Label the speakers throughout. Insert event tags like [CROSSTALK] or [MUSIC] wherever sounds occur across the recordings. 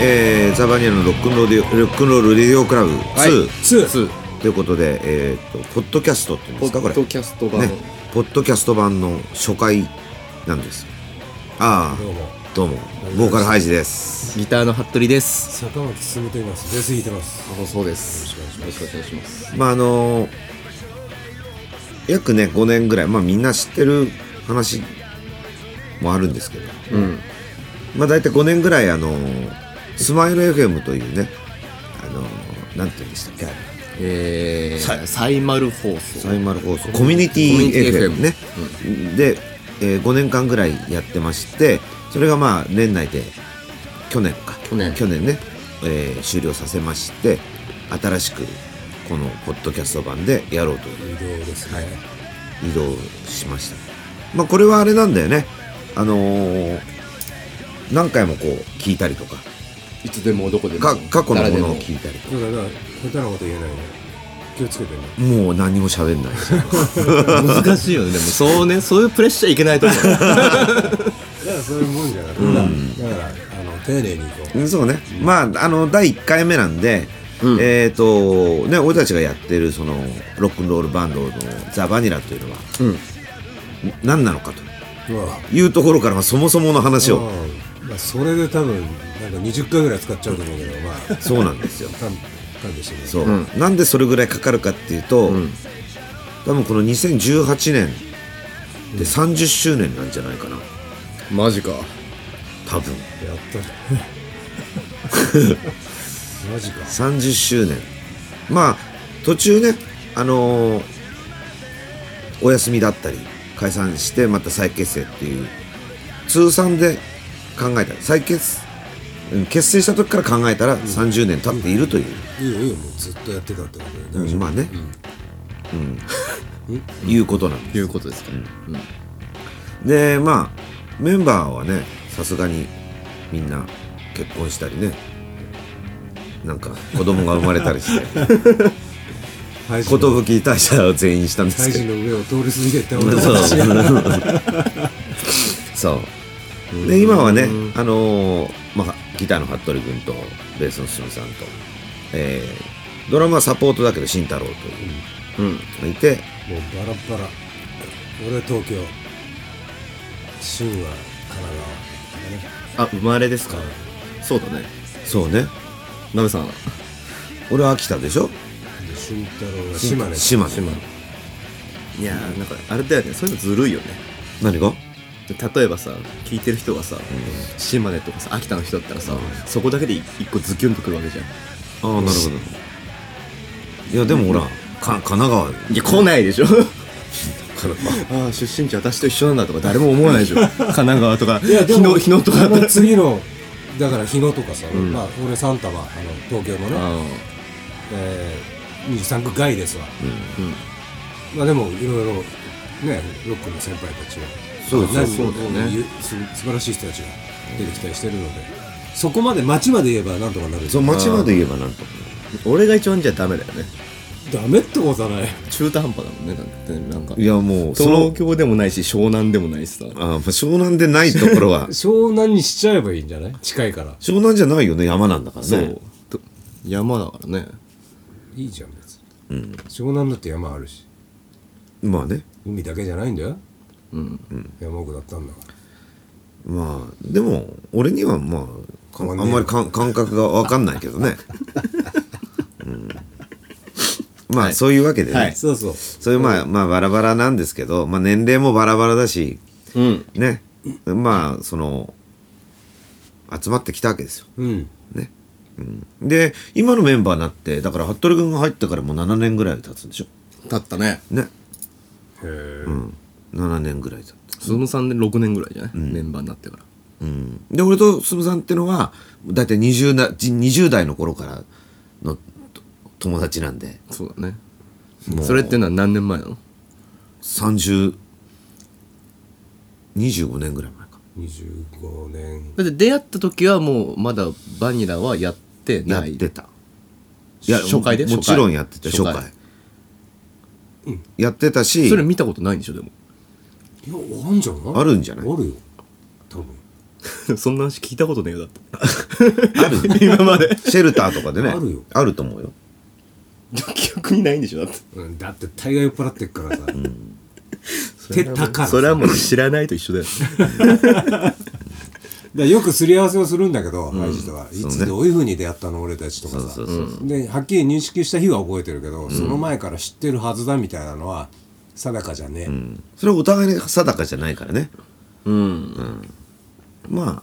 Speaker 1: えー、ザ・バニラのロックンロールロックンロールレディオクラブ2、
Speaker 2: はい2
Speaker 3: 2
Speaker 1: ということで、えー、とポッドキャストっていうんで
Speaker 3: ポ
Speaker 1: すかこ
Speaker 3: ッ
Speaker 1: れ
Speaker 3: ドキャスト版、
Speaker 1: ねポッドキャスト版の初回なんですあ
Speaker 2: どう
Speaker 1: あ
Speaker 2: も
Speaker 1: どうもボーカルハイジです
Speaker 3: ギターの服部です
Speaker 2: 坂巻進と言いますベース弾いてます
Speaker 3: あそうです
Speaker 2: よろしく
Speaker 3: よろしくお
Speaker 2: お
Speaker 3: 願いします
Speaker 1: まああの約ね5年ぐらいまあみんな知ってる話もあるんですけど
Speaker 3: うん
Speaker 1: まあ大体5年ぐらいあのスマイル FM というねあのなんて言うんでしたっけあれ
Speaker 3: え
Speaker 1: さ
Speaker 3: ー、サイマル放送
Speaker 1: サイマル放送コミュニティ
Speaker 3: コミュニティ
Speaker 1: FM ね、で、え5年間ぐらいやってましてそれがまあ年内で去年か
Speaker 3: 去年
Speaker 1: ね、えー終了させまして新しくこのポッドキャスト版でやろうと
Speaker 2: 移動ですね、
Speaker 1: 移動しましたまあこれはあれなんだよねあのー何回もこう聞いたりとか
Speaker 3: いつでもどこでも
Speaker 1: か過去の
Speaker 3: 誰
Speaker 1: も
Speaker 3: で
Speaker 1: の
Speaker 3: も
Speaker 1: を聞いたりとか
Speaker 2: だから下手なこと言えないね気をつけてね
Speaker 1: もう何も喋んないですよ
Speaker 3: 難しいよねでもそうねそういうプレッシャーいけないと思う
Speaker 2: だからそういうもんじゃなくて、だからあの丁寧にいこう
Speaker 1: うんそうね。まあ、あの、第1回目なんで、
Speaker 3: うん
Speaker 1: えっ、と、ね、俺たちがやってる、その、ロックンロールバンドのザ・バニラというのは、
Speaker 3: うん
Speaker 1: 何なのかと
Speaker 2: まあ
Speaker 1: いうところから、まあ、そもそもの話を。
Speaker 2: うんまあ、それで多分なんか20回ぐらい使っちゃうと思うけどまあ
Speaker 1: そうなんですよ。
Speaker 2: 勘勘弁してね
Speaker 1: そう、なんでそれぐらいかかるかっていうと、
Speaker 3: ん
Speaker 1: 多分この2018年で30周年なんじゃないかな。
Speaker 3: [LAUGHS] マジか
Speaker 1: 多分。
Speaker 2: やったね
Speaker 1: [LAUGHS]
Speaker 2: マジか
Speaker 1: 30周年まあ途中ねあのーお休みだったり解散してまた再結成っていう通算で考えたら再結うん結成した時から考えたら30年経っているという、
Speaker 2: いいよいいよもうずっとやってたってことでね、
Speaker 1: うんまあね、うん [LAUGHS] いうことなん
Speaker 3: いうことですか、うん
Speaker 1: でまあメンバーはねさすがにみんな結婚したりねなんか子供が生まれたりして
Speaker 2: 配信の
Speaker 1: 寿退社を全員したんです
Speaker 2: 配
Speaker 1: けど
Speaker 2: 信の上を通り過ぎてっ
Speaker 1: そ
Speaker 2: た
Speaker 1: う
Speaker 2: 俺たちが
Speaker 1: そうで今はねあのーまあ、ギターの服部君とベースのすみさんと、えードラムはサポートだけど慎太郎と
Speaker 3: うん
Speaker 1: いういて
Speaker 2: もうバラッバラ俺は東京シンは神奈
Speaker 3: あ生まれですかそうだね
Speaker 1: そうね
Speaker 3: ナベさん
Speaker 1: 俺は秋田でしょ
Speaker 2: 川で俊太郎が島根
Speaker 1: 島根
Speaker 3: いやーなんかあれだよねそういうのずるいよね
Speaker 1: 何が
Speaker 3: 例えばさ聞いてる人がさ、島根とかさ秋田の人だったらさ、そこだけで一個ズキュンとくるわけじゃん
Speaker 1: ああなるほどいやでもほら、か神奈川
Speaker 3: いや来ないでしょああ出身地私と一緒なんだとか誰も思わない [LAUGHS] でしょ神奈川とか
Speaker 2: いやで
Speaker 3: 日
Speaker 2: も
Speaker 3: 野日野とか
Speaker 2: あの次のだから日野とかさ、まあ俺サンタはあの東京のね、
Speaker 3: あ
Speaker 2: えー、23区外ですわ、まあでもいろいろねロックの先輩たちが
Speaker 1: そうそう
Speaker 2: 何
Speaker 3: そうだよね
Speaker 2: ゆす素晴らしい人たちが出てきたりしてるのでそこまで町まで言えばなんとかなる
Speaker 1: そう町まで言えばなんとか
Speaker 3: あ俺が一番じゃダメだよね
Speaker 2: ダメってことはない
Speaker 3: 中途半端だもんねだってなんか
Speaker 1: いやもうその
Speaker 3: 東京でもないし湘南でもないしさ
Speaker 1: あーまあ湘南でないところ [LAUGHS] は
Speaker 2: 湘南にしちゃえばいいんじゃない近いから
Speaker 1: 湘南じゃないよね山なんだからね
Speaker 3: そうと山だからね
Speaker 2: いいじゃん別に、湘南だって山あるし
Speaker 1: まあね
Speaker 2: 海だけじゃないんだよ
Speaker 3: うん
Speaker 2: 山奥だったんだから
Speaker 1: まあでも俺にはまあかあんまりかん感覚が分かんないけど
Speaker 3: [LAUGHS]
Speaker 1: ね、うん、まあ、そういうわけでね、
Speaker 3: はい
Speaker 2: そうそう
Speaker 1: そういうまあまあバラバラなんですけど、まあ、年齢もバラバラだし
Speaker 3: うん
Speaker 1: ねまあその集まってきたわけですよ
Speaker 2: うん
Speaker 1: ね、うん、で今のメンバーになってだから服部君が入ってからもう7年ぐらい経つんでしょ
Speaker 3: 経ったね
Speaker 1: ね、
Speaker 2: へえ、
Speaker 1: うん、7年ぐらい経って
Speaker 3: 鈴野さんで6年ぐらいじゃない、メンバーになってから
Speaker 1: うん、で俺とすぶさんってのは大体 20, なじ20代の頃からのと友達なんで
Speaker 3: そうだね
Speaker 1: もう
Speaker 3: それってのは何年前なの
Speaker 1: 3025年ぐらい前か
Speaker 2: 25年
Speaker 3: だって出会った時はもうまだバニラはやって
Speaker 1: や
Speaker 3: な
Speaker 1: っ
Speaker 3: い
Speaker 1: てたいや
Speaker 3: 初回で
Speaker 1: もも
Speaker 3: 初回
Speaker 1: ちろんやってた初
Speaker 3: 初
Speaker 1: 回
Speaker 3: 回
Speaker 1: やってたし [LAUGHS]
Speaker 3: それ見たことないんでしょでも
Speaker 2: いやあんじゃない
Speaker 1: あるんじゃない
Speaker 2: あるよ多
Speaker 3: [LAUGHS]
Speaker 2: 分
Speaker 3: そんな話聞いたことねえよだって
Speaker 1: ある
Speaker 3: 今まで
Speaker 1: シェルターとかでね
Speaker 2: あるよ
Speaker 1: と思うよ
Speaker 3: [LAUGHS] 記憶にないんでしょだって
Speaker 2: うんだって大概酔っ払ってっからさ [LAUGHS] 手
Speaker 3: [LAUGHS]
Speaker 2: 高
Speaker 3: それは
Speaker 2: だか
Speaker 3: もう知らないと一緒だよ
Speaker 2: らよくすり合わせをするんだけどハイジとは
Speaker 1: そう
Speaker 2: い
Speaker 1: ね
Speaker 2: つどういうふうに出会ったの俺たちとかさ
Speaker 1: そうそう
Speaker 2: ではっきり認識した日は覚えてるけどその前から知ってるはずだみたいなのは定かじゃねえ
Speaker 1: それはお互いに定かじゃないからね
Speaker 3: うん
Speaker 1: まあ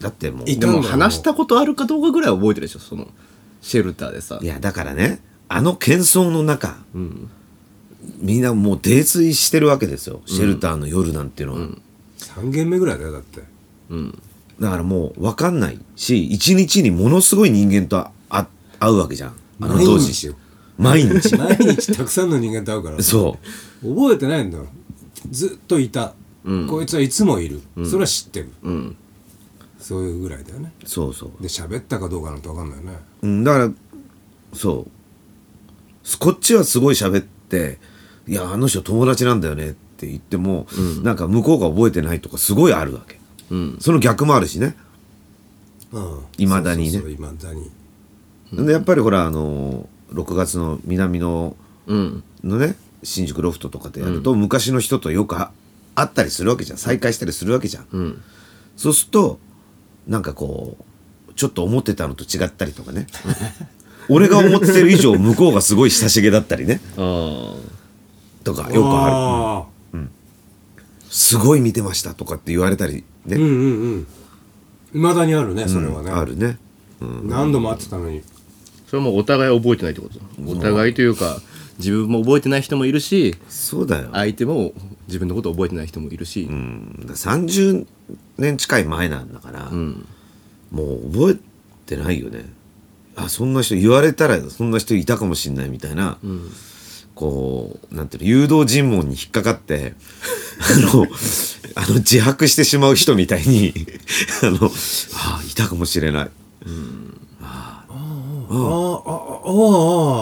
Speaker 1: だってもう
Speaker 2: い
Speaker 1: い
Speaker 3: でも話したことあるかどうかぐらいは覚えてるでしょそのシェルターでさ
Speaker 1: やだからねあの喧騒の中、みんなもう泥酔してるわけですよシェルターの夜なんていうのは、
Speaker 2: 3軒目ぐらいだよだって
Speaker 1: だからもう分かんないし一日にものすごい人間とああ会うわけじゃんあの当
Speaker 2: 毎日
Speaker 1: 時
Speaker 2: よ
Speaker 1: 毎日
Speaker 2: 毎日たくさんの人間と会うか
Speaker 1: [LAUGHS]
Speaker 2: ら
Speaker 1: そ
Speaker 2: 覚えてないんだよずっといたこいつはいつもいるそれは知ってる
Speaker 3: うん
Speaker 2: そういうぐらいだよね
Speaker 1: うそうそう
Speaker 2: で喋ったかどうかなんて分かんないよね
Speaker 1: うん、だからそうすこっちはすごい喋って「いやあの人友達なんだよね」って言っても、なんか向こうが覚えてないとかすごいあるわけ
Speaker 3: うん
Speaker 1: その逆もあるしね、
Speaker 2: うん
Speaker 1: 未だにね
Speaker 2: そうそうそう未だに
Speaker 1: でやっぱりほらあの6月の南の
Speaker 3: うん
Speaker 1: のね新宿ロフトとかでやると、昔の人とよくあ会ったりするわけじゃん再会したりするわけじゃん、
Speaker 3: うん
Speaker 1: そうするとなんかこうちょっと思ってたのと違ったりとか [LAUGHS] ね俺が思ってる以上向こうがすごい親しげだったりね
Speaker 3: ああ
Speaker 1: とかよくある
Speaker 2: あ
Speaker 1: すごい見てましたとかって言われたりね、
Speaker 2: るうんうんうん未だにあるねそれはね、
Speaker 1: あるね、うん、
Speaker 2: 何度も会ってたのに
Speaker 3: それはもうお互い覚えてないってことお互いというか自分も覚えてない人もいるし
Speaker 1: そうだよ、
Speaker 3: 相手も自分のこと覚えてない人もいるし、
Speaker 1: うん、30年近い前なんだから、もう覚えてないよねあそんな人言われたらそんな人いたかもしんないみたいな、こうなんていうの誘導尋問に引っかかって [LAUGHS] あのあの自白してしまう人みたいに [LAUGHS] あのあいたかもしれない
Speaker 2: あああああ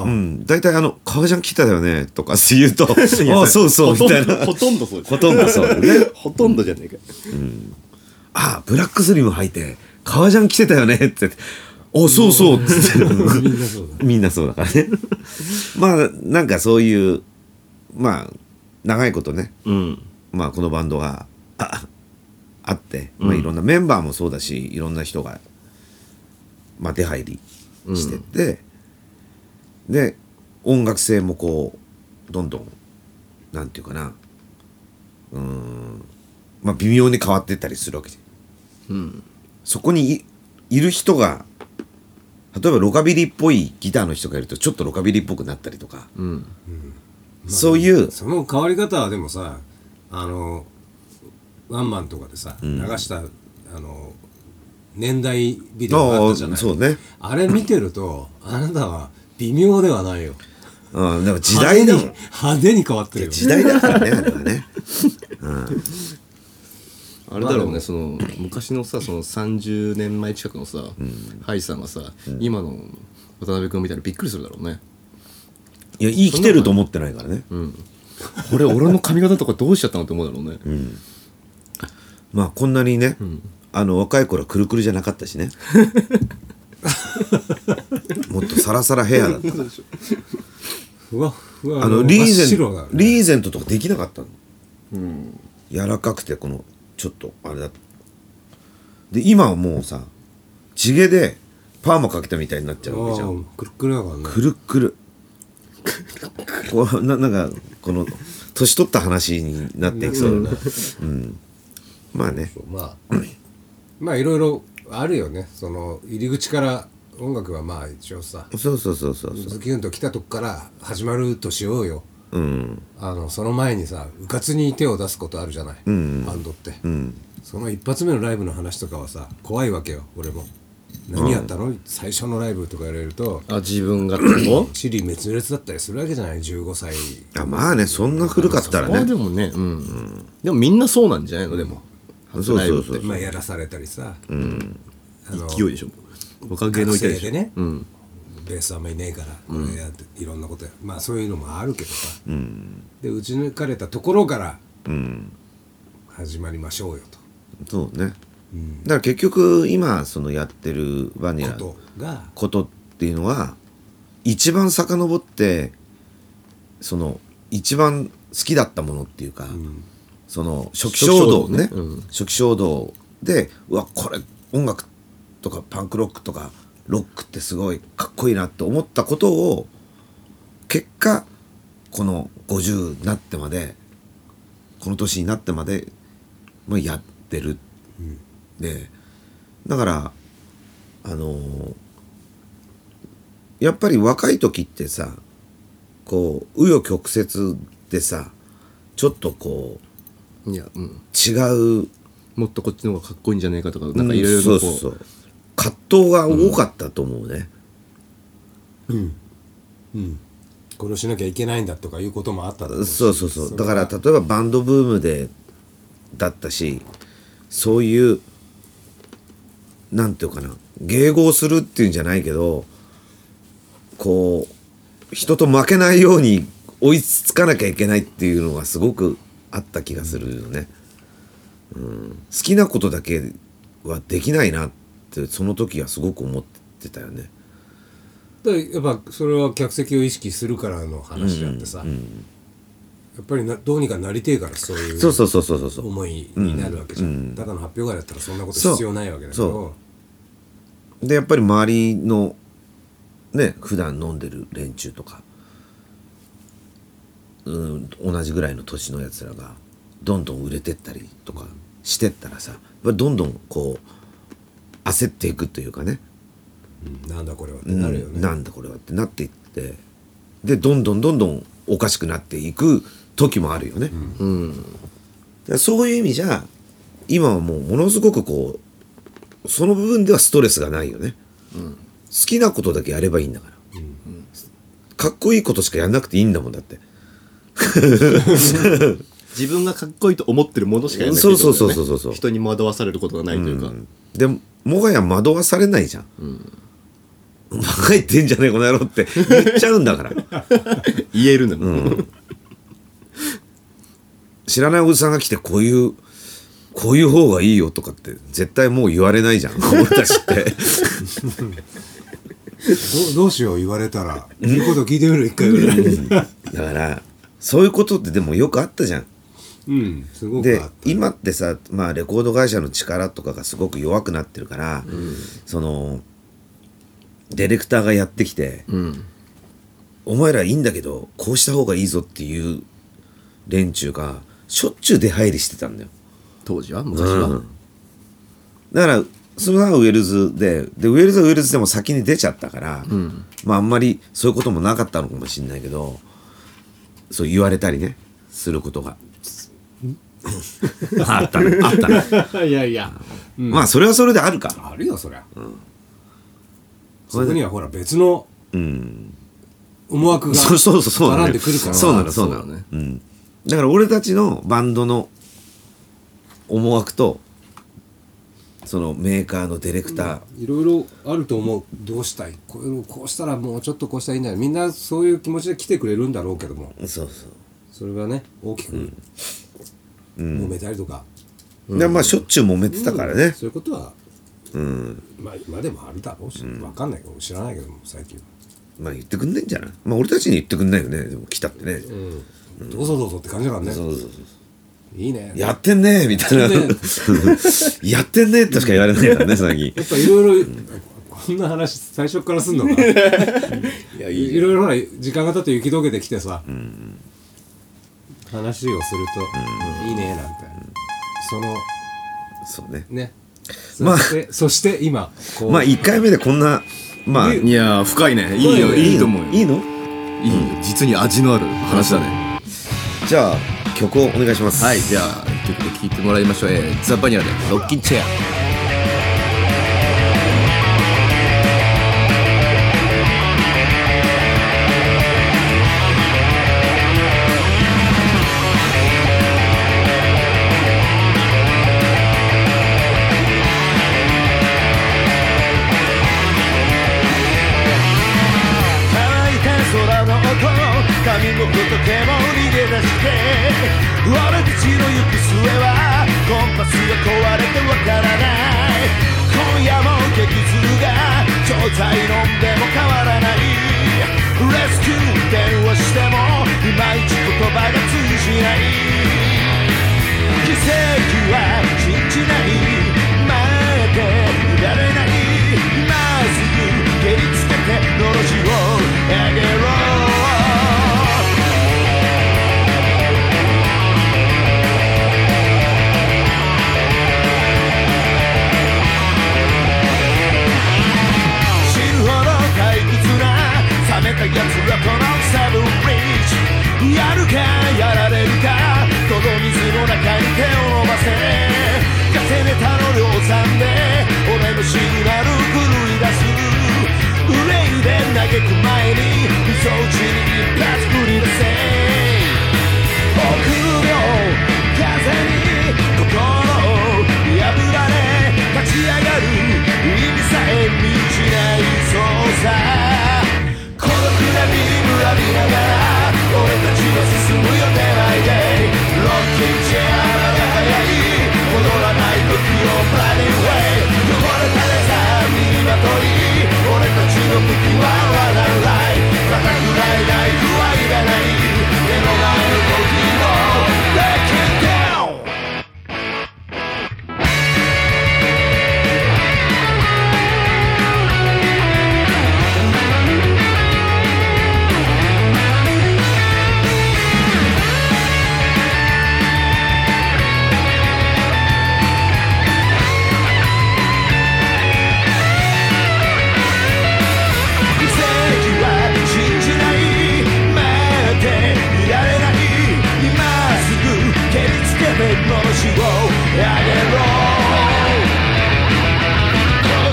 Speaker 2: あ、
Speaker 1: うん、大体あの「革ジャン切ったよね」とか言う
Speaker 3: [LAUGHS]
Speaker 1: と「ああそうそう」みたいな
Speaker 3: ほとんどそうです
Speaker 1: ほとんどそうだね。
Speaker 3: [LAUGHS] ほとんどじゃねえか、
Speaker 1: ああ、ブラックスリム履いて、革ジャン着てたよねって。お、そうそうっつって。
Speaker 2: みんなそうだ
Speaker 1: みんなそうだからね。まあ、なんかそういう、まあ、長いことね、
Speaker 3: うん
Speaker 1: まあ、このバンドがああって、まあ、いろんなメンバーもそうだし、いろんな人が、まあ、出入りしてて、で、音楽性もこう、どんどん、なんていうかな、うーん、まあ、微妙に変わってったりするわけじゃん
Speaker 3: うん
Speaker 1: そこにいいる人が例えばロカビリーっぽいギターの人がいるとちょっとロカビリーっぽくなったりとか、
Speaker 3: うん
Speaker 1: そういう
Speaker 2: その変わり方はでもさあのワンマンとかでさ、流したあの年代ビデオがあったじゃない
Speaker 1: ああそうね
Speaker 2: あれ見てるとあなたは微妙ではないよ
Speaker 1: うん、だから時代だもん
Speaker 2: 派手に派手に変わってるよ
Speaker 1: 時代だからねあれはね
Speaker 3: あれだろうねその昔のさその30年前近くのさ、ハイさんがさ、今の渡辺君みたいなびっくりするだろうね
Speaker 1: [LAUGHS] いや生きてると思ってないからね、
Speaker 3: これ [LAUGHS] 俺の髪型とかどうしちゃったのって思うだろうね、
Speaker 1: まあこんなにね、あの若い頃はくるくるじゃなかったし [LAUGHS] ねもっとサラサラヘアだったから
Speaker 2: ふわっふわ
Speaker 1: あのリー
Speaker 2: 真っ
Speaker 1: ゼン
Speaker 2: 白だ
Speaker 1: ト
Speaker 2: よ、ね
Speaker 1: リーゼントとかできなかったの、柔らかくてこのちょっとあれだで今はもうさ地毛でパーマかけたみたいになっちゃうわけじゃん
Speaker 2: ああくるくるだからね
Speaker 1: くるっくるこうななんかこの年取った話になっていきそうだな、うん、まあね
Speaker 2: まあまあいろいろあるよねその入り口から音楽はまあ一応さ
Speaker 1: そうそうそうそうそう
Speaker 2: ズキュンと来たとこから始まるとしようよ
Speaker 1: うん
Speaker 2: あのその前にさうかつに手を出すことあるじゃない、バンドって、
Speaker 1: うん
Speaker 2: その一発目のライブの話とかはさ怖いわけよ俺も何やったの、最初のライブとか言われると
Speaker 3: あ自分がってこ
Speaker 2: チリ滅裂だったりするわけじゃない15歳
Speaker 1: あまあねそんな古かったら
Speaker 3: とまあ
Speaker 1: ね
Speaker 3: でもね、うんでもみんなそうなんじゃないのでも
Speaker 1: そうそうそう
Speaker 3: 初ライ
Speaker 2: まあやらされたりさ、あの
Speaker 3: ブって勢いでしょ若気の
Speaker 2: 学
Speaker 3: いたり
Speaker 2: 生
Speaker 3: でし
Speaker 2: で
Speaker 3: ょ
Speaker 2: ね、
Speaker 3: うん
Speaker 2: ベースあんまりねえからこれやって、いろんなことやまあそういうのもあるけどさ、で打ち抜かれたところから
Speaker 1: うん
Speaker 2: 始まりましょうよと
Speaker 1: そうねだから結局今そのやってるバニ
Speaker 2: こ
Speaker 1: ラ
Speaker 2: とが
Speaker 1: ことっていうのは一番遡ってその一番好きだったものっていうか、その初期衝動ね
Speaker 3: 初期衝動ねうん
Speaker 1: 初期衝動でうわこれ音楽とかパンクロックとかロックってすごいかっこいいなって思ったことを結果この50になってまでこの年になってまで、まあ、やってる、でだからあのーやっぱり若い時ってさこう紆余曲折でさちょっとこう
Speaker 3: いや、うん、
Speaker 1: 違う
Speaker 3: もっとこっちの方がかっこいいんじゃねえかとかなんかいろいろ
Speaker 1: そう
Speaker 3: こ
Speaker 1: そうう葛藤が多かったと思うね、
Speaker 2: これをしなきゃいけないんだとかいうこともあっただろうし
Speaker 1: そうそうそうだから例えばバンドブームでだったしそういうなんていうかな迎合するっていうんじゃないけどこう人と負けないように追いつかなきゃいけないっていうのがすごくあった気がするよね、うん、好きなことだけはできないなってその時はすごく思ってたよね
Speaker 2: だからやっぱそれは客席を意識するからの話であってさ、やっぱりなどうにかなりてえからそういう
Speaker 1: そうそうそうそうそうそう
Speaker 2: 思いになるわけじゃん、ただの発表会だったらそんなこと必要ないわけだけ
Speaker 1: そう
Speaker 2: ど
Speaker 1: でやっぱり周りのね普段飲んでる連中とか、うん、同じぐらいの年のやつらがどんどん売れてったりとかしてったらさやっぱりどんどんこう焦っていくというかね
Speaker 2: うんなんだこれはってなるよ
Speaker 1: うん
Speaker 2: ね、
Speaker 1: なんだこれはってなっていってでどんどんどんどんおかしくなっていく時もあるよね、だからそういう意味じゃ今はもうものすごくこうその部分ではストレスがないよね、好きなことだけやればいいんだから、かっこいいことしかやんなくていいんだもんだって
Speaker 3: 自分がかっこいいと思ってるものしかやらない
Speaker 1: そうそうそうそうそうそう
Speaker 3: 人に惑わされることがないというか、
Speaker 1: でももはや惑わされないじゃん、 [LAUGHS] 馬鹿言ってんじゃねえこの野郎って言っちゃうんだから
Speaker 3: [LAUGHS] 言えるのよ、
Speaker 1: 知らないおじさんが来てこういうこういう方がいいよとかって絶対もう言われないじゃん俺たちって
Speaker 2: [LAUGHS] どうどうしよう言われたら言うこと聞いてみる一回ぐらい
Speaker 1: だからそういうことってでもよくあったじゃん
Speaker 2: うんすごく
Speaker 1: で
Speaker 2: あった
Speaker 1: 今ってさ、まあ、レコード会社の力とかがすごく弱くなってるから、そのディレクターがやってきて、お前らいいんだけどこうした方がいいぞっていう連中がしょっちゅう出入りしてたんだよ
Speaker 3: 当時は昔は、
Speaker 1: うんだからそのはウェールズででウェールズはウェールズでも先に出ちゃったから、まああんまりそういうこともなかったのかもしれないけどそう言われたりねすること
Speaker 2: [LAUGHS]
Speaker 1: があったねあったね
Speaker 2: いやいや
Speaker 1: まあそれはそれであるか
Speaker 2: あるよそりゃ、そこにはほら別の思惑が
Speaker 1: そうそうそうそうなの
Speaker 2: 絡ん
Speaker 1: よ
Speaker 2: でくるから
Speaker 1: そうなのそうなの
Speaker 3: そうだね
Speaker 1: うん、だから俺たちのバンドの思惑とそのメーカーのディレクター、
Speaker 2: いろいろあると思うどうしたいこうこうしたらもうちょっとこうしたらいいんだよみんなそういう気持ちで来てくれるんだろうけども
Speaker 1: そうそう
Speaker 2: それはね大きく揉めたりとか、
Speaker 1: でまあしょっちゅう揉めてたからね、
Speaker 2: そういうことは、まあ今でもあるだろうし、わかんないけど知らないけども最近は、
Speaker 1: まあ言ってくんないんじゃないまあ俺たちに言ってくんないよね。でも来たってね。
Speaker 2: どうぞどうぞって感じだからね
Speaker 1: そうそうそう
Speaker 2: いいね
Speaker 1: やってんねーみたいな。 [LAUGHS] やってんねーとしか言われないからね、最近。
Speaker 2: やっぱいろいろこんな話最初からすんのかない
Speaker 3: や
Speaker 2: いろいろほら時間が経って雪解けてきてさ、話をすると、いいねなんて、その
Speaker 1: そうね。
Speaker 2: ね
Speaker 1: まあ
Speaker 2: そして,、そして今こう、
Speaker 1: まあ1回目でこんな、まあ、
Speaker 3: いやー深いねいいよいいと思うよ
Speaker 1: いいの
Speaker 3: いいよ実に味のある話だね
Speaker 1: じゃあ曲をお願いします。
Speaker 3: はいじゃあ曲で聴いてもらいましょう、えー、ザ・バニラで「ロッキンチェア」
Speaker 4: 乾いた空の音
Speaker 3: 髪もとても逃げ出して俺たちの行く末はコンパスが壊れてわからない今夜も激痛が状態飲んでも変わらないレスキューに電話してもいまいち言葉が通じない奇跡は信じない待っていられないまっすぐ蹴りつけてのろしを上げろ死ぬほど退屈な冷めた奴らこのセブンブリッジやるかやられるかこの水の中に手を伸ばせガセネタの量産で俺のシグナル狂い出す憂いで嘆く前に嘘打ちに一発振り出せ臆病風に心を破られ立ち上がる意味さえ満ちないそうさ孤独なビーム浴びながら俺たちは進むよ出ないでロッキンチェアが速い戻らない時をバニーウェイ汚れたレザーにまとり俺たちの武器は笑うライ叩くライライフはいらない目の前の Back it down! 奇跡は信じない待っていられないまっすぐ蹴りつけてのろしを上げろ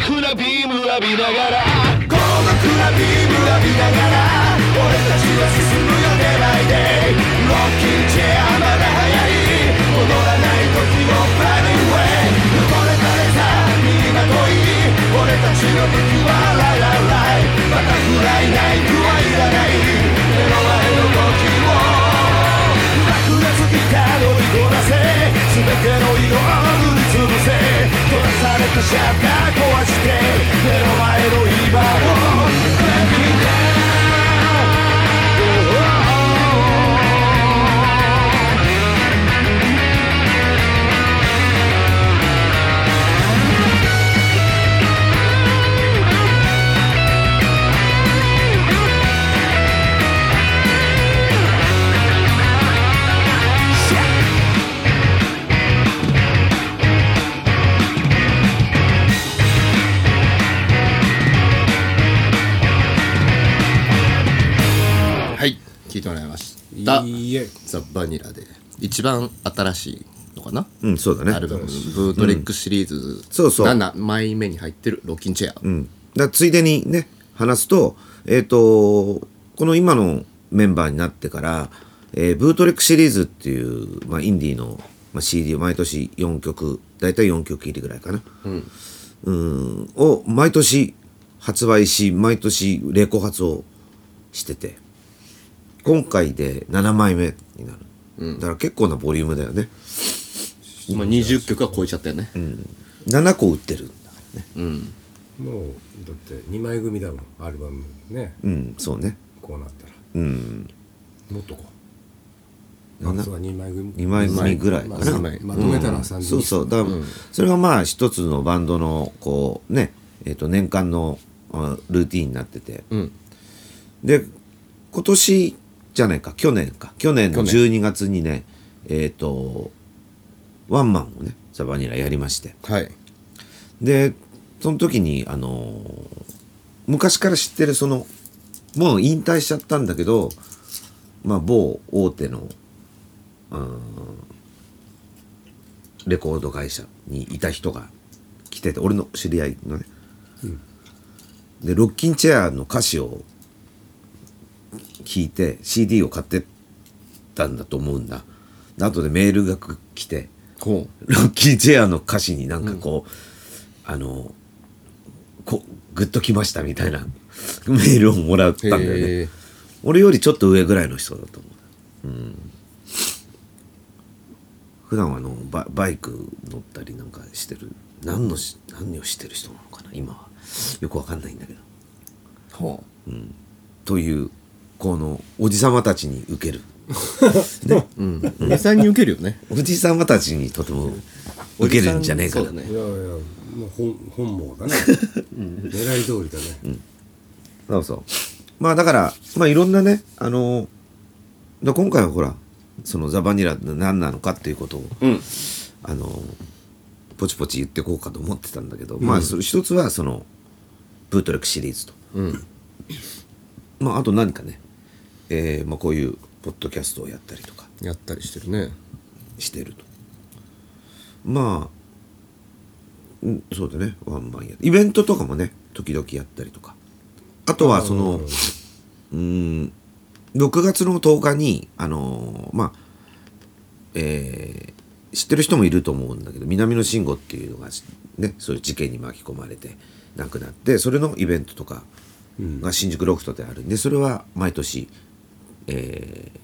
Speaker 3: 孤独なビーム浴びながら孤独なビーム浴びながら俺たちは進むよ出ないでロッキンチェアまだ早い踊らない時のバニーウェイ汚れたレザーにまとい俺たちの武器はライライライバタフライナイフはいらない目の前の時を爆裂ギター乗りこなせ全ての色を塗りつぶせ閉ざされたシャッター壊して目の前の今を Breaking down
Speaker 5: はい聞いてもらいました
Speaker 2: いいえ
Speaker 5: ザ・バニラで一番新しいのかな、
Speaker 1: うん、そうだね。
Speaker 5: アルバムブートレックシリーズ
Speaker 1: そうそう
Speaker 5: 7枚目に入ってるロッキンチェア、
Speaker 1: うん、だからついでにね話すと,、えー、とこの今のメンバーになってから、えーブートレックシリーズっていう、まあ、インディーの、まあ、CD を毎年4曲大体4曲入りぐらいかな、うん、を毎年発売し毎年レコ発をしてて今回で7枚目になる、だから結構なボリュームだよね
Speaker 5: まあ、20曲は超えちゃったよね、
Speaker 1: 7個売ってるんだからね
Speaker 2: もうだって2枚組だもんアルバムね、
Speaker 1: うんそうね
Speaker 2: こうなったらうんもっとこう
Speaker 1: なんだ
Speaker 2: 夏は2枚組
Speaker 1: 2枚組ぐらいか
Speaker 2: ま
Speaker 1: な、
Speaker 2: あ
Speaker 5: 二枚
Speaker 2: まとめたら30、
Speaker 1: そうそうだから、それがまあ一つのバンドのこうね、えー、と年間のあルーティンになってて、
Speaker 5: ん
Speaker 1: で今年じゃないか去年か去年の
Speaker 5: 去
Speaker 1: 12月にねえっ、とワンマンをねザ・バニラやりまして
Speaker 5: はい
Speaker 1: でその時にあのー昔から知ってるそのもう引退しちゃったんだけどまあ某大手のうーんレコード会社にいた人が来てて俺の知り合いのね、で「ロッキンチェア」の歌詞を聞いて CD を買ってったんだと思うんだで後でメールが来て
Speaker 5: こう
Speaker 1: ロッキー・チェアの歌詞になんかこう、あの、 [LAUGHS] こうグッときましたみたいなメールをもらったんだよね。
Speaker 5: え
Speaker 1: 俺よりちょっと上ぐらいの人だと思う、うん、普段はあのババイク乗ったりなんかしてる何のし何をしてる人なのかな今はよくわかんないんだけど
Speaker 3: ほう
Speaker 1: というこのおじさまたちに受ける
Speaker 3: うん値段に受けるよね
Speaker 1: おじさまたちにとても受けるんじゃねえか
Speaker 3: そう
Speaker 1: な
Speaker 3: だね
Speaker 2: いやいやもう本 [LAUGHS] 本望だね狙い通りだね、
Speaker 1: そうそう。まあだから、まあいろんなね、あの、だ今回はほら、そのザ・バニラって何なのかっていうことを、あの、ポチポチ言ってこうかと思ってたんだけど、まあそれ一つはその、ブートレックシリーズと。まああと何かね、えーまあこういうポッドキャストをやったりとか
Speaker 3: やったりしてるね
Speaker 1: してると。まあ、うん、そうだね、ワンマンや。イベントとかもね、時々やったりとか。あとはその、うん6月の10日にあのーまあえー知ってる人もいると思うんだけど南野慎吾っていうのがねそういう事件に巻き込まれて亡くなってそれのイベントとかが新宿ロフトであるんでそれは毎年、えー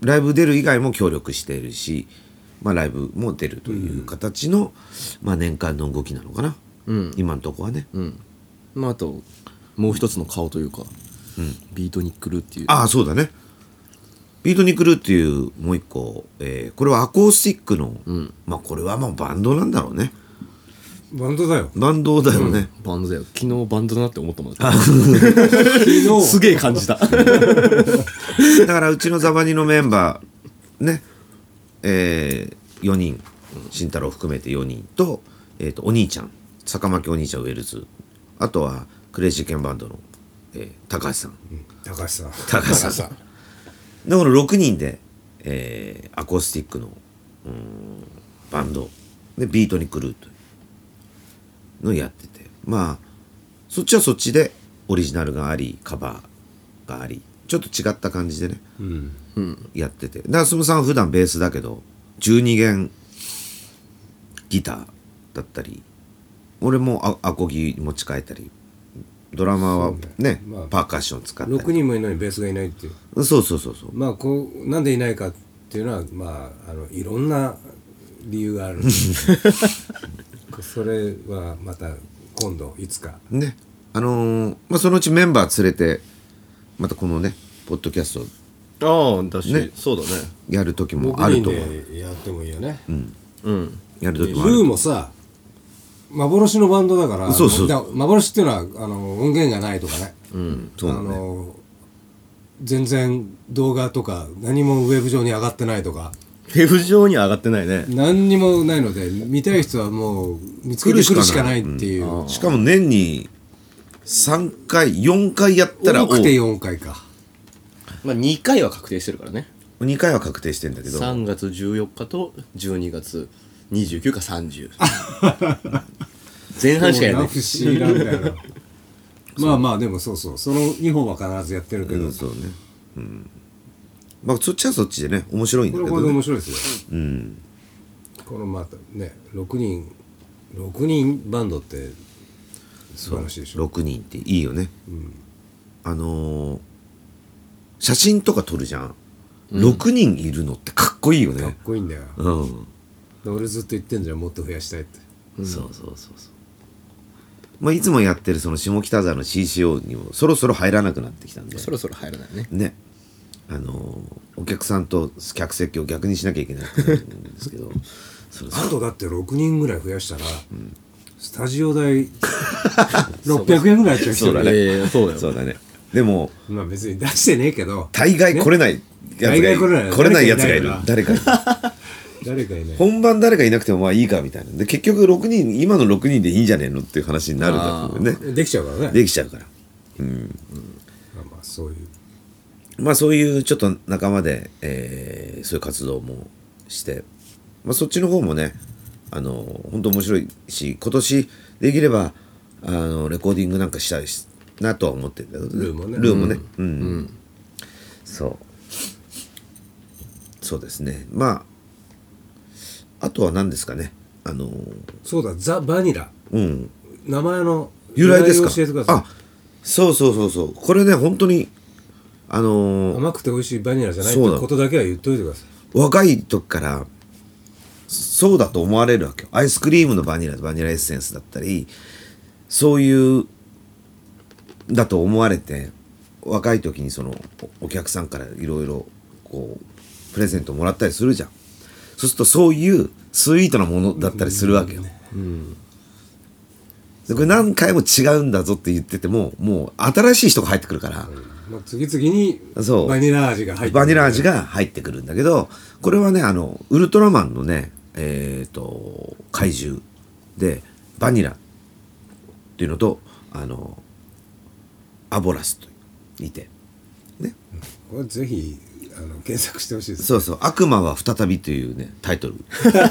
Speaker 1: ライブ出る以外も協力しているし、まあ、ライブも出るという形の、まあ、年間の動きなのかな、今のとこはね。
Speaker 3: うんまああともう一つの顔というかビートニックルっていう
Speaker 1: ああそうだねビートニクルっていうもう一個、えーこれはアコースティックの、まあこれはまあバンドなんだろうね
Speaker 2: バンドだよ
Speaker 1: バンドだよね、
Speaker 3: バンドだよ昨日バンドだなって思ったもんだ
Speaker 2: 昨日
Speaker 3: [LAUGHS] すげえ感じた
Speaker 1: だからうちのザバニのメンバーねえ4人慎太郎含めて4人と,、えーとお兄ちゃん坂巻お兄ちゃんウェルズあとはクレイジーケンバンドの、えー高橋さん
Speaker 2: 高橋さん
Speaker 1: 高橋さんだ
Speaker 2: ん
Speaker 1: から6人で、えーアコースティックのうーんバンドでビートに来るというのをやっててまあそっちはそっちでオリジナルがありカバーがありちょっと違った感じでね、
Speaker 2: うん
Speaker 1: やっててだからスムさんは普段ベースだけど12弦ギターだったり俺もアアコギ持ち替えたりドラマーはね、
Speaker 2: まあ
Speaker 1: パーカッション使った
Speaker 2: 6
Speaker 1: り
Speaker 2: 人もいるのにベースがいないっていう
Speaker 1: そうそうそうそう
Speaker 2: まあこうなんでいないかっていうのはまああのいろんな理由
Speaker 1: [LAUGHS]
Speaker 2: があるんでそれはまた今度いつか
Speaker 1: ねあのーまあ、そのうちメンバー連れてまたこのねポッドキャストを
Speaker 3: ああだし、
Speaker 1: ね
Speaker 3: そうだね
Speaker 1: やる時もあ
Speaker 2: 6
Speaker 1: る
Speaker 2: 人
Speaker 1: と思う
Speaker 2: でやってもいいよね、
Speaker 3: うん
Speaker 1: やる
Speaker 2: ル
Speaker 1: 時もあ
Speaker 2: ー
Speaker 1: る
Speaker 2: もさ幻のバンドだから
Speaker 1: そうそう
Speaker 2: だから幻っていうのはあの音源がないとかね,、
Speaker 1: そう
Speaker 2: あ
Speaker 1: だね
Speaker 2: の全然動画とか何もウェブ上に上がってないとか
Speaker 3: ウェブ上には上がってないね
Speaker 2: 何にもないので見たい人はもう見つけてくるしかないっていう、
Speaker 1: しかも年に3回4回やったら
Speaker 2: 多くて4回か
Speaker 3: まあ2回は確定してるからね
Speaker 1: 2回は確定してんだけど
Speaker 3: 3月14日と12月29か30 [LAUGHS] 前半しかやらない
Speaker 2: 不思議なんだ
Speaker 1: [LAUGHS]
Speaker 2: よなまあまあでもそうそうその2本は必ずやってるけど、
Speaker 1: うん
Speaker 2: こ
Speaker 1: そうねうんまあそっちはそっちでね面白いんだ
Speaker 2: れ
Speaker 1: け
Speaker 2: はこれ
Speaker 1: ど、
Speaker 2: で
Speaker 1: ね
Speaker 2: 面、白いですよ、このまたね6人6人バンドって素晴らしいでしょ
Speaker 1: 6人っていいよね、あのー写真とか撮るじゃん、6人いるのってかっこいいよ
Speaker 2: かっ
Speaker 1: ね
Speaker 2: こいいんだよ、
Speaker 1: うん
Speaker 2: 俺ずっと言ってんじゃんもっと増やしたいって
Speaker 1: そうそうそうそう。まあ、いつもやってるその下北沢の CCO にもそろそろ入らなくなってきたんで、
Speaker 3: そろそろ入らないね
Speaker 1: ね。あのーお客さんと客席を逆にしなきゃいけないんですけど、そろそろ
Speaker 2: あとだって6人ぐらい増やしたら、スタジオ代
Speaker 1: [LAUGHS]
Speaker 2: 600円ぐらいやっちゃう人
Speaker 1: そうだ
Speaker 2: が
Speaker 1: ね
Speaker 3: ええそうだよ
Speaker 1: そうだね。でも、
Speaker 2: まあ別に出してねえけど
Speaker 1: 大概来れないやつ
Speaker 2: 大
Speaker 1: がい
Speaker 2: 概
Speaker 1: る。
Speaker 2: 来れない
Speaker 1: 来れないやつがいる。誰
Speaker 2: 誰
Speaker 1: かいる。
Speaker 2: 誰かいない
Speaker 1: 本番誰かいなくてもまあいいかみたいな。で、結局6人、今の6人でいいんじゃねえのっていう話になるんだろうね。
Speaker 2: できちゃうからね
Speaker 1: できちゃうから。
Speaker 2: まあまあそういう
Speaker 1: まあそういうちょっと仲間で、えーそういう活動もして、まあ、そっちの方もねあの本当面白いし今年できればあのレコーディングなんかしたいしなとは思ってるんだけど
Speaker 2: ルーもね
Speaker 1: ルーもねうん、そうそうですねまああとは何ですかねあの
Speaker 2: そうだザ・バニラ
Speaker 1: うん
Speaker 2: 名前の
Speaker 1: 由来ですか
Speaker 2: 由来を教えてくだ
Speaker 1: あ
Speaker 2: さ
Speaker 1: そうそうそうそうこれね本当にあのー
Speaker 2: 甘くて美味しいバニラじゃないっ
Speaker 1: そう
Speaker 2: て
Speaker 1: なの
Speaker 2: ことだけは言っといてください
Speaker 1: 若い時からそうだと思われるわけよアイスクリームのバニラバニラエッセンスだったりそういうだと思われて若い時にそのおお客さんからいろいろこうプレゼントもらったりするじゃんそうするとそういうスイートなものだったりするわけよ、でこれ何回も違うんだぞって言っててももう新しい人が入ってくるから、
Speaker 2: もう次々に
Speaker 1: そう
Speaker 2: バニラ味が入って
Speaker 1: バニラ味が入ってくるんだけどこれはねあのウルトラマンのねえっ、と怪獣でバニラっていうのとあのアボラスといてね
Speaker 2: これぜひあの検索してほしいです
Speaker 1: そうそう「悪魔は再び」というねタイトル
Speaker 3: あじゃ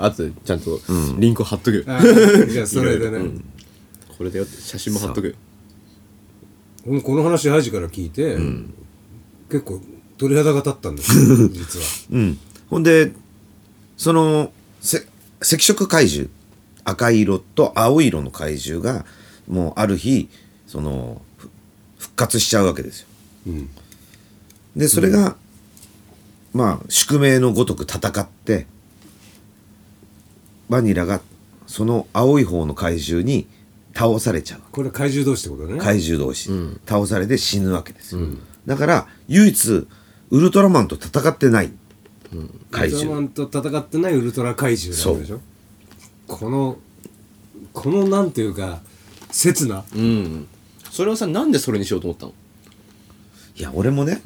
Speaker 3: ああとでちゃんとリンクを貼っとくよ、
Speaker 2: あーじゃあそれでね、
Speaker 3: これだよって写真も貼っとくよ
Speaker 2: うんこの話ハイジから聞いて、結構鳥肌が立ったんです
Speaker 1: [LAUGHS]
Speaker 2: よ実は
Speaker 1: うん、ほんでそのせ赤色怪獣赤色と青色の怪獣がもうある日そのふ復活しちゃうわけですよ。でそれが、まあ宿命のごとく戦ってバニラがその青い方の怪獣に倒されちゃう
Speaker 2: これ怪獣同士ってことね
Speaker 1: 怪獣同士、倒されて死ぬわけですよ、だから唯一ウルトラマンと戦ってない怪
Speaker 2: ウルトラ
Speaker 1: 獣
Speaker 2: マンと戦ってないウルトラ怪獣なんでしょこのこのなんていうか刹那、
Speaker 3: うんそれはさなんでそれにしようと思ったの
Speaker 1: いや俺もね、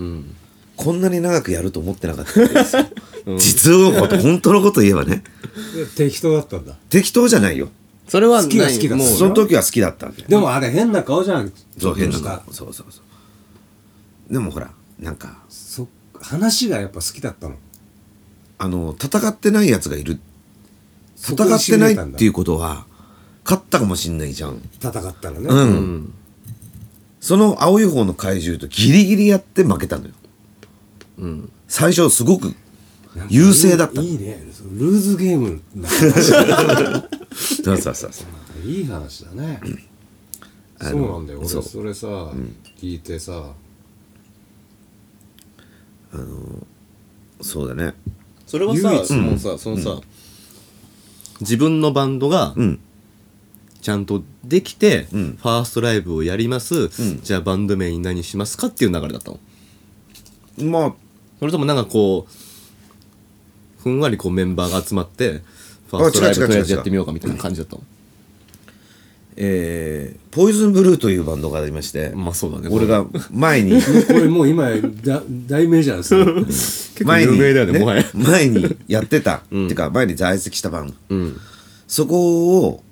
Speaker 1: こんなに長くやると思ってなかったんです
Speaker 2: [LAUGHS]
Speaker 1: よ、実のこと本当のこと言えばね
Speaker 2: で適当だったんだ
Speaker 1: 適当じゃないよ
Speaker 3: それは
Speaker 2: 好きが好きだ
Speaker 3: ないもう
Speaker 1: その時は好きだったんだよ
Speaker 2: でもあれ変な顔じゃん
Speaker 1: そう変な
Speaker 2: ちょっと
Speaker 1: 顔
Speaker 2: した
Speaker 1: そうそうそうでもほらなんか
Speaker 2: そ話がやっぱ好きだったの
Speaker 1: あの戦ってないやつがいる
Speaker 2: そこ
Speaker 1: 戦
Speaker 2: に
Speaker 1: ってない
Speaker 2: 痺れたん
Speaker 1: っ
Speaker 2: だ
Speaker 1: ていうことは勝ったかもしんないじゃん
Speaker 2: 戦ったらね、
Speaker 1: うん、
Speaker 3: うん
Speaker 1: その青い方の怪獣とギリギリやって負けたのよ
Speaker 3: うん
Speaker 1: 最初すごく優勢だった
Speaker 2: いいいねルーズゲームな
Speaker 1: そうそうそうそう
Speaker 2: いい話だねそうなんだよ俺
Speaker 1: そう
Speaker 2: それさ、聞いてさ
Speaker 1: そうだね
Speaker 3: それはさ
Speaker 2: 唯一
Speaker 3: もうさそのさ、自分のバンドが
Speaker 1: うん
Speaker 3: ちゃんとできて、
Speaker 1: ん
Speaker 3: ファーストライブをやります、
Speaker 1: ん
Speaker 3: じゃあバンド名に何しますかっていう流れだったの
Speaker 1: まあ
Speaker 3: それともなんかこうふんわりこうメンバーが集まってファースト
Speaker 1: あ違
Speaker 3: ラ
Speaker 1: う
Speaker 3: イ
Speaker 1: 違
Speaker 3: ブ
Speaker 1: う
Speaker 3: とりあえず
Speaker 1: 違う
Speaker 3: やってみようかみたいな感じだったの
Speaker 1: えー、ポイズンブルーというバンドがありまして、
Speaker 3: まあそうだね
Speaker 1: 俺が前
Speaker 3: [LAUGHS]
Speaker 1: に
Speaker 2: これもう今だ [LAUGHS] 題名じゃないですか
Speaker 3: 結構
Speaker 1: 前に
Speaker 3: 有名だよねもはや
Speaker 1: 前にやってた、
Speaker 3: [LAUGHS]
Speaker 1: っていうか前に在籍したバンド
Speaker 3: うん
Speaker 1: そこを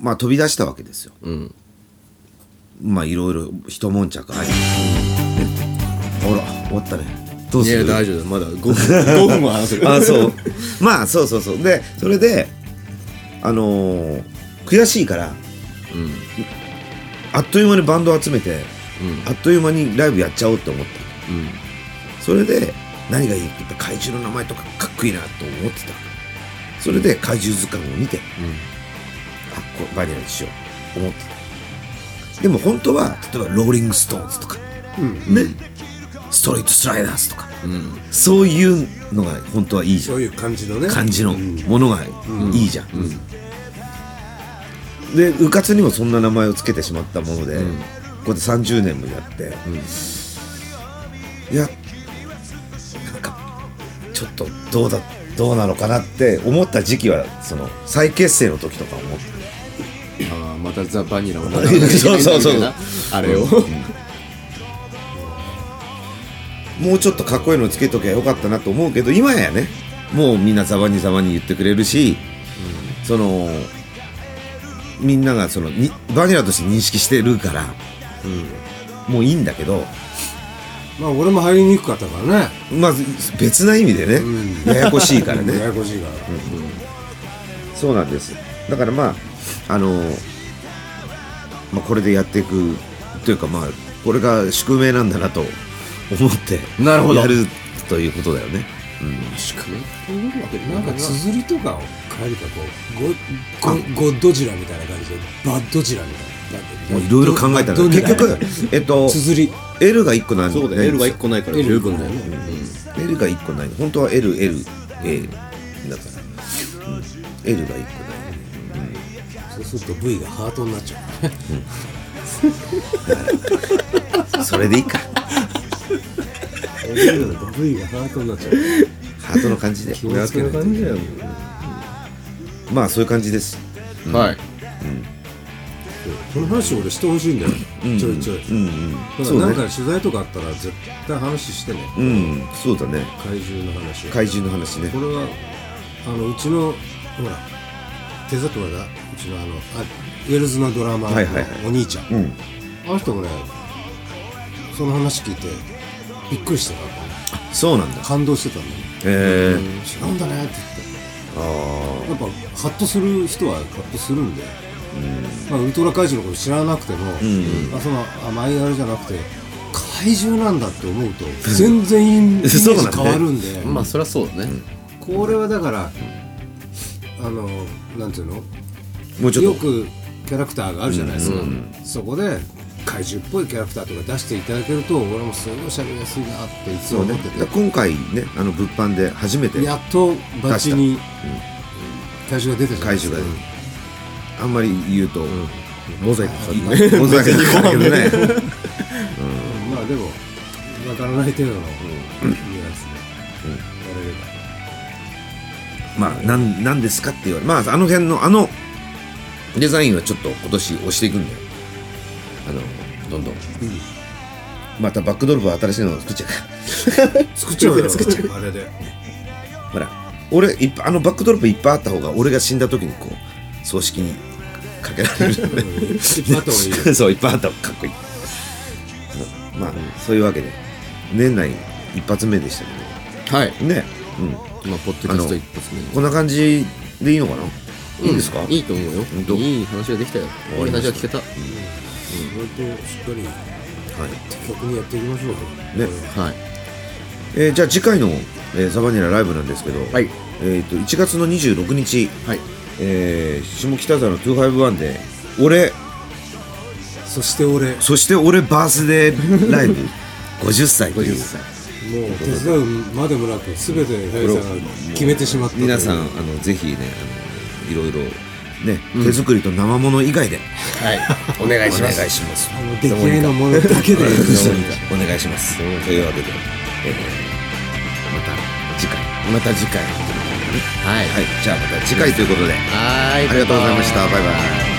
Speaker 1: まあ飛び出したわけですよ
Speaker 3: うん
Speaker 1: まあいろいろ一悶着あり、ほら終わったねどう
Speaker 3: い
Speaker 1: す
Speaker 3: や
Speaker 1: る
Speaker 3: 大丈夫だよまだ5分 [LAUGHS] 5分も話せる
Speaker 1: あそうまあそうそうそうでそれであのー悔しいから
Speaker 3: うん
Speaker 1: あっという間にバンドを集めて、あっという間にライブやっちゃおうって思ったそれで何がいいって言ったら怪獣の名前とかかっこいいなと思ってたそれで怪獣図鑑を見て、あこれバニラにしよう思ってたでも本当は例えばローリング・ストーンズとか、ねストリート・スライダーズとか、そういうのが本当はいいじゃ
Speaker 2: そ
Speaker 1: ん
Speaker 2: ういう感じのね
Speaker 1: 感じのものがいいじゃん、でうかつにもそんな名前を付けてしまったもので、ここで30年もやって、いやなんかちょっとどうだどうなのかなって思った時期はその再結成の時とか思って
Speaker 3: ああまたザ・バニ [LAUGHS] ラを
Speaker 1: そうそうそう
Speaker 3: [LAUGHS] あれを
Speaker 1: もうちょっとかっこいいのつけときゃよかったなと思うけど今やねもうみんなざばにざばに言ってくれるし、そのみんながそのにバニラとして認識してるから、もういいんだけど
Speaker 2: まあ俺も入りにくかったからね
Speaker 1: まあ別な意味でね、ややこしいからね
Speaker 3: [LAUGHS]
Speaker 2: ややこしいから、
Speaker 1: そうなんですだからまああの、まあ、これでやっていくというかまあこれが宿命なんだなと思って
Speaker 3: なるほど
Speaker 1: やるということだよね
Speaker 2: なんか綴りとかを変えるかこうゴゴゴッドジラみたいな感じでバッドジラみ
Speaker 1: も
Speaker 2: たい
Speaker 1: ういろいろ考えたら
Speaker 2: どど
Speaker 1: 結局えっと
Speaker 2: [LAUGHS] 綴り
Speaker 1: L が1個ない
Speaker 3: そうだよ L が1個ないから十分だよね
Speaker 1: L が1個ない本当は LLA だから、うん L が1個ない
Speaker 2: そうすると V がハートになっちゃう
Speaker 1: それでいいか
Speaker 2: L だと [LAUGHS] V がハートになっちゃう
Speaker 1: ハートの感じで
Speaker 2: 気をつけないと
Speaker 3: だよ
Speaker 1: まあそういう感じです
Speaker 3: はい
Speaker 2: この話俺してほしいんだよちょいちょい
Speaker 1: うん
Speaker 2: だからなんか取材とかあったら絶対話してね
Speaker 1: うんうんそうだね
Speaker 2: 怪獣の話を
Speaker 1: 怪獣の話ね
Speaker 2: これはあのうちのほら手里親がうちのあのあウェールズのドラマー
Speaker 1: はいはいはい
Speaker 2: のお兄ちゃん、
Speaker 1: うん
Speaker 2: あの人もねその話聞いてびっくりしてたんだよね
Speaker 1: そうなんだ
Speaker 2: 感動してたんだよね
Speaker 1: えー、
Speaker 2: 違うんだねって
Speaker 1: あ
Speaker 2: 言ってやっぱハッとする人はハッとするんで、まあ、ウルトラ怪獣のこと知らなくても、まあ、その甘いあれじゃなくて怪獣なんだって思うと全然イメー
Speaker 1: [LAUGHS]
Speaker 2: ジ
Speaker 1: そうなんだね
Speaker 2: 変わるんで、
Speaker 3: まあそりゃそうだね
Speaker 2: これはだからあのなんていうの
Speaker 1: あもうちょ
Speaker 2: よ
Speaker 1: っと
Speaker 2: くキャラクターがあるじゃないですか、そこで怪獣っぽいキャラクターとか出していただけると俺もすごい喋りやすいなっていつ
Speaker 1: そ
Speaker 2: も
Speaker 1: う
Speaker 2: 思
Speaker 1: ね
Speaker 2: ってて、
Speaker 1: だから今回ねあの物販で初めて
Speaker 2: やっとバチに怪獣が出てる
Speaker 1: 怪獣がねあんまり言うと、
Speaker 3: モザイクかかる
Speaker 1: ねモザイクに変わるけどね
Speaker 2: まあでもわからない程度のニュアンスでやれれば
Speaker 1: まあなんなんですかって言われまああの辺のあのデザインはちょっと今年押していくんだよあのどんどん、またバックドロップは新しいの作っちゃうから
Speaker 2: 作っちゃうよあれで
Speaker 1: ほら [LAUGHS] 俺いっぱいあのバックドロップいっぱいあった方が俺が死んだ時にこう葬式にかけられるよ
Speaker 2: [LAUGHS]
Speaker 1: ね
Speaker 2: 引っ張った方がいいよ
Speaker 1: そういっぱいあった方がかっこいいまあそういうわけで年内一発目でした
Speaker 3: はい
Speaker 1: けどねうん
Speaker 3: まあポッドキャスト一発目
Speaker 1: こんな感じでいいのかな、いいですか
Speaker 3: いいと思うよ
Speaker 1: 本当
Speaker 3: いい話ができたよいい話が聞けた
Speaker 2: 本当しっかり
Speaker 1: はい
Speaker 2: 的確にやっていきましょう
Speaker 1: ね
Speaker 3: はい
Speaker 1: えーじゃあ次回の、えーサバニラライブなんですけど、
Speaker 3: はい
Speaker 1: えー、と1月の26日、
Speaker 3: はい
Speaker 1: えー下北沢の251で俺
Speaker 2: そして俺
Speaker 1: そして俺バースデー
Speaker 3: [LAUGHS]
Speaker 1: ライブ50歳という
Speaker 2: もう手伝うまでもなく全て平井さんが決めてしまったという
Speaker 1: 皆さんあのぜひねあのいろいろね、手作りと生もの以外で
Speaker 3: はいお願いします
Speaker 1: お願いします
Speaker 2: あの出来合いのものだけで
Speaker 1: お願いしますというわけで、えーまた次回
Speaker 3: また次回はい
Speaker 1: はいじゃあまた次回ということで
Speaker 3: はい
Speaker 1: ありがとうございましたバイバイ